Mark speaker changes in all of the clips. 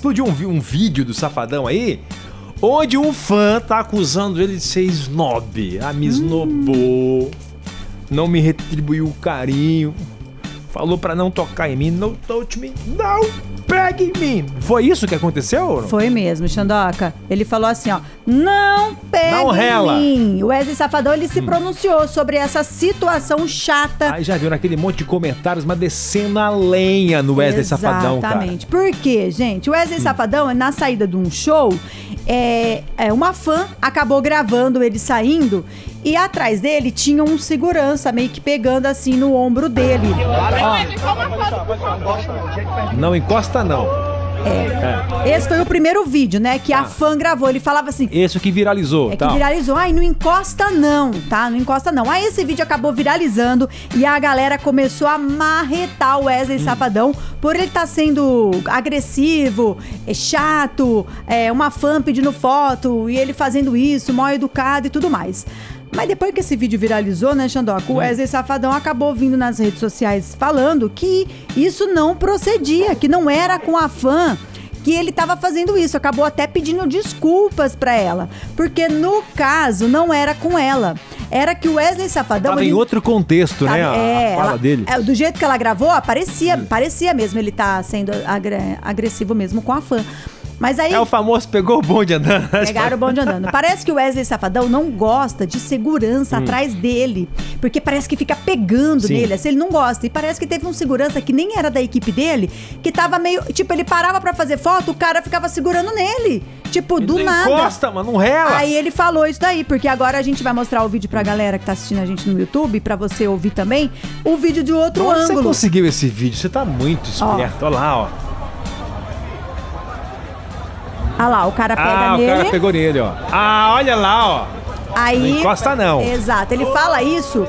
Speaker 1: Explodiu um, vi- um vídeo do Safadão aí, onde um fã tá acusando ele de ser snob. Ah, me snobou, não me retribuiu o carinho, falou pra não tocar em mim, não touch me, não pegue em mim. Foi isso que aconteceu? ou não?
Speaker 2: Foi mesmo, Xandoca. Ele falou assim, ó, não pegue
Speaker 1: Não rela." Hum.
Speaker 2: em mim. O Wesley Safadão, ele se pronunciou sobre essa situação chata.
Speaker 1: Aí já viu naquele monte de comentários, mas descendo a lenha no Wesley Safadão, cara. Hum.
Speaker 2: Exatamente. Por quê, gente? O Wesley Safadão, na saída de um show, é, é, uma fã acabou gravando ele saindo e atrás dele tinha um segurança meio que pegando assim no ombro dele.
Speaker 1: Não encosta não.
Speaker 2: Esse foi o primeiro vídeo, né,
Speaker 1: Ah.
Speaker 2: que a fã gravou. Ele falava assim,
Speaker 1: Esse é o que viralizou,
Speaker 2: É que
Speaker 1: tal.
Speaker 2: viralizou. Ai, não encosta não, tá? Não encosta não. Aí esse vídeo acabou viralizando e a galera começou a marretar o Wesley Safadão por ele estar sendo agressivo, é, chato, é, uma fã pedindo foto e ele fazendo isso, mal educado e tudo mais. Mas depois que esse vídeo viralizou, né, Xandoca? O Wesley Safadão acabou vindo nas redes sociais falando que isso não procedia, que não era com a fã que ele estava fazendo isso, acabou até pedindo desculpas pra ela, porque no caso não era com ela, era que o Wesley Safadão
Speaker 1: Tava
Speaker 2: ele
Speaker 1: em outro contexto, né? A,
Speaker 2: Sabe?
Speaker 1: a
Speaker 2: É,
Speaker 1: fala
Speaker 2: ela-
Speaker 1: dele. Hum.
Speaker 2: é, do jeito que ela gravou, ah, parecia, parecia mesmo ele tá sendo agre- agressivo mesmo com a fã. Mas aí
Speaker 1: É o famoso pegou o bonde andando.
Speaker 2: pegaram o bonde andando. Parece que o Wesley Safadão não gosta de segurança atrás dele, porque parece que fica pegando
Speaker 1: Hum. Sim.
Speaker 2: nele, assim, ele não gosta. E parece que teve um segurança que nem era da equipe dele, que tava meio, tipo, ele parava pra fazer foto, o cara ficava segurando nele, tipo, do
Speaker 1: não
Speaker 2: nada.
Speaker 1: encosta, mano, não rela.
Speaker 2: Aí ele falou isso daí, porque agora a gente vai mostrar o vídeo pra galera que tá assistindo a gente no YouTube, pra você ouvir também, o vídeo de outro
Speaker 1: Onde você
Speaker 2: ângulo.
Speaker 1: conseguiu esse vídeo? Você tá muito esperto. Olha lá, ó.
Speaker 2: Ah lá, o cara pega
Speaker 1: ah, o
Speaker 2: nele.
Speaker 1: cara pegou nele, ó. Ah, olha lá, ó.
Speaker 2: Aí.
Speaker 1: Não encosta, não.
Speaker 2: Exato, ele fala isso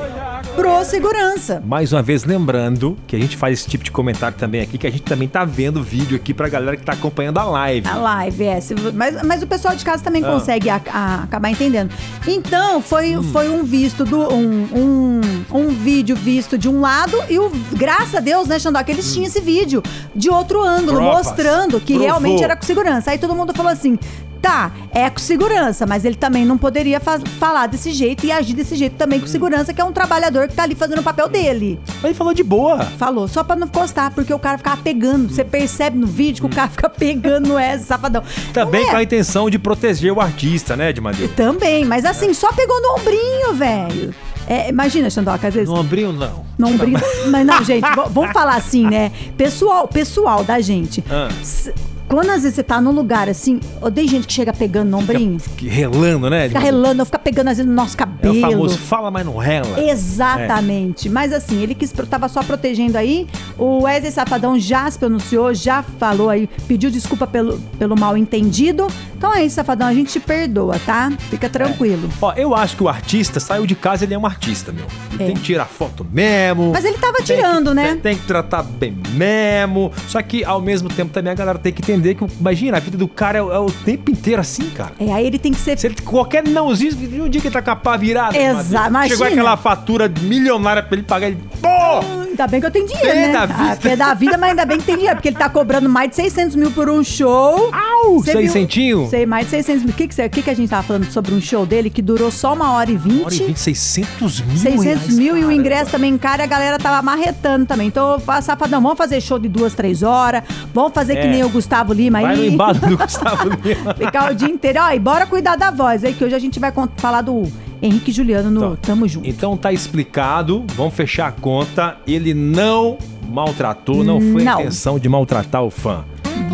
Speaker 2: pro segurança.
Speaker 1: Mais uma vez, lembrando que a gente faz esse tipo de comentário também aqui, que a gente também tá vendo vídeo aqui pra galera que tá acompanhando a live.
Speaker 2: A live, é. se vo- Mas, mas o pessoal de casa
Speaker 1: Ah.
Speaker 2: também consegue a- a- acabar entendendo. Então, foi,
Speaker 1: Hum.
Speaker 2: foi um visto do. Um, um, um vídeo visto de um lado e o. Graças a Deus, né, Xandoca? Eles tinham esse vídeo de outro ângulo,
Speaker 1: Hum. Provas.
Speaker 2: mostrando que
Speaker 1: Provou.
Speaker 2: realmente era com segurança. Aí todo mundo falou assim. Tá, é com segurança, mas ele também não poderia fa- falar desse jeito e agir desse jeito também com
Speaker 1: Hum.
Speaker 2: segurança, que é um trabalhador que tá ali fazendo o papel dele.
Speaker 1: Mas ele falou de boa.
Speaker 2: Falou, só pra não encostar, porque o cara ficava pegando. Você percebe no vídeo que
Speaker 1: Hum.
Speaker 2: o cara fica pegando no Wesley Safadão.
Speaker 1: Também
Speaker 2: Não
Speaker 1: com
Speaker 2: é?
Speaker 1: a intenção de proteger o artista, né, de Madeira?
Speaker 2: Também, mas assim, só pegou no ombrinho, velho. É, imagina, Xandoca, às vezes.
Speaker 1: No ombrinho, não.
Speaker 2: No ombrinho. Mas não, gente, v- vamos falar assim, né? Pessoal, pessoal da gente.
Speaker 1: Ah.
Speaker 2: s- Quando às vezes você tá num lugar assim, odeio gente que chega pegando no ombrinho, fica
Speaker 1: Que relando, né? Edmadeu?
Speaker 2: relando, fica É. pegando às vezes no nosso
Speaker 1: É
Speaker 2: cabelo.
Speaker 1: o famoso É. fala, mas não rela.
Speaker 2: Exatamente. Mas assim, ele quis, tava só protegendo aí. O Wesley Safadão já se pronunciou, já falou aí, pediu desculpa pelo, pelo mal entendido. Então é isso, Safadão, a gente te perdoa, tá? Fica
Speaker 1: É.
Speaker 2: tranquilo.
Speaker 1: Ó, eu acho que o artista saiu de casa, ele é um artista, meu. Ele
Speaker 2: É.
Speaker 1: tem que tirar foto mesmo.
Speaker 2: Mas ele tava
Speaker 1: tem
Speaker 2: tirando,
Speaker 1: que-
Speaker 2: né?
Speaker 1: Tem, tem que tratar bem mesmo. Só que, ao mesmo tempo, também a galera tem que entender que, imagina, a vida do cara é, o- é o tempo inteiro assim, cara.
Speaker 2: É, aí ele tem que ser.
Speaker 1: Se ele, qualquer nãozinho, de um dia que ele tá com a pá virada.
Speaker 2: Exa-
Speaker 1: Madeira, Chegou
Speaker 2: imagina.
Speaker 1: aquela fatura milionária pra ele pagar, ele... Pô!
Speaker 2: Ainda bem que eu tenho dinheiro,
Speaker 1: Pé
Speaker 2: né?
Speaker 1: da vida.
Speaker 2: Ah, pé da vida, mas ainda bem que tem dinheiro, porque ele tá cobrando mais de 600 mil por um show.
Speaker 1: Au!
Speaker 2: Você viu-
Speaker 1: Seiscentinho?
Speaker 2: Sei, mais de 600 mil. O que, que, você- o que, que a gente tava falando sobre um show dele que durou só uma hora e
Speaker 1: Uma hora e
Speaker 2: vinte?
Speaker 1: vinte, 600 mil
Speaker 2: 600
Speaker 1: reais,
Speaker 2: mil e o
Speaker 1: cara.
Speaker 2: ingresso também cara e a galera tava marretando também. Então, fa- safadão, vamos fazer show de duas, três horas, vamos fazer que
Speaker 1: É.
Speaker 2: nem o Gustavo Lima
Speaker 1: Vai no
Speaker 2: aí.
Speaker 1: embalo do Gustavo Lima.
Speaker 2: Ficar o dia inteiro. Ó, e bora cuidar da voz aí, que hoje a gente vai con- falar do Henrique Juliano no
Speaker 1: Tá.
Speaker 2: Tamo Junto.
Speaker 1: Então tá explicado, vamos fechar a conta. Ele não maltratou, não foi
Speaker 2: Não.
Speaker 1: a intenção de maltratar o fã.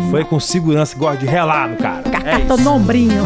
Speaker 1: Foi com segurança, gosta de relar no cara. É
Speaker 2: Cacá, tô no ombrinho.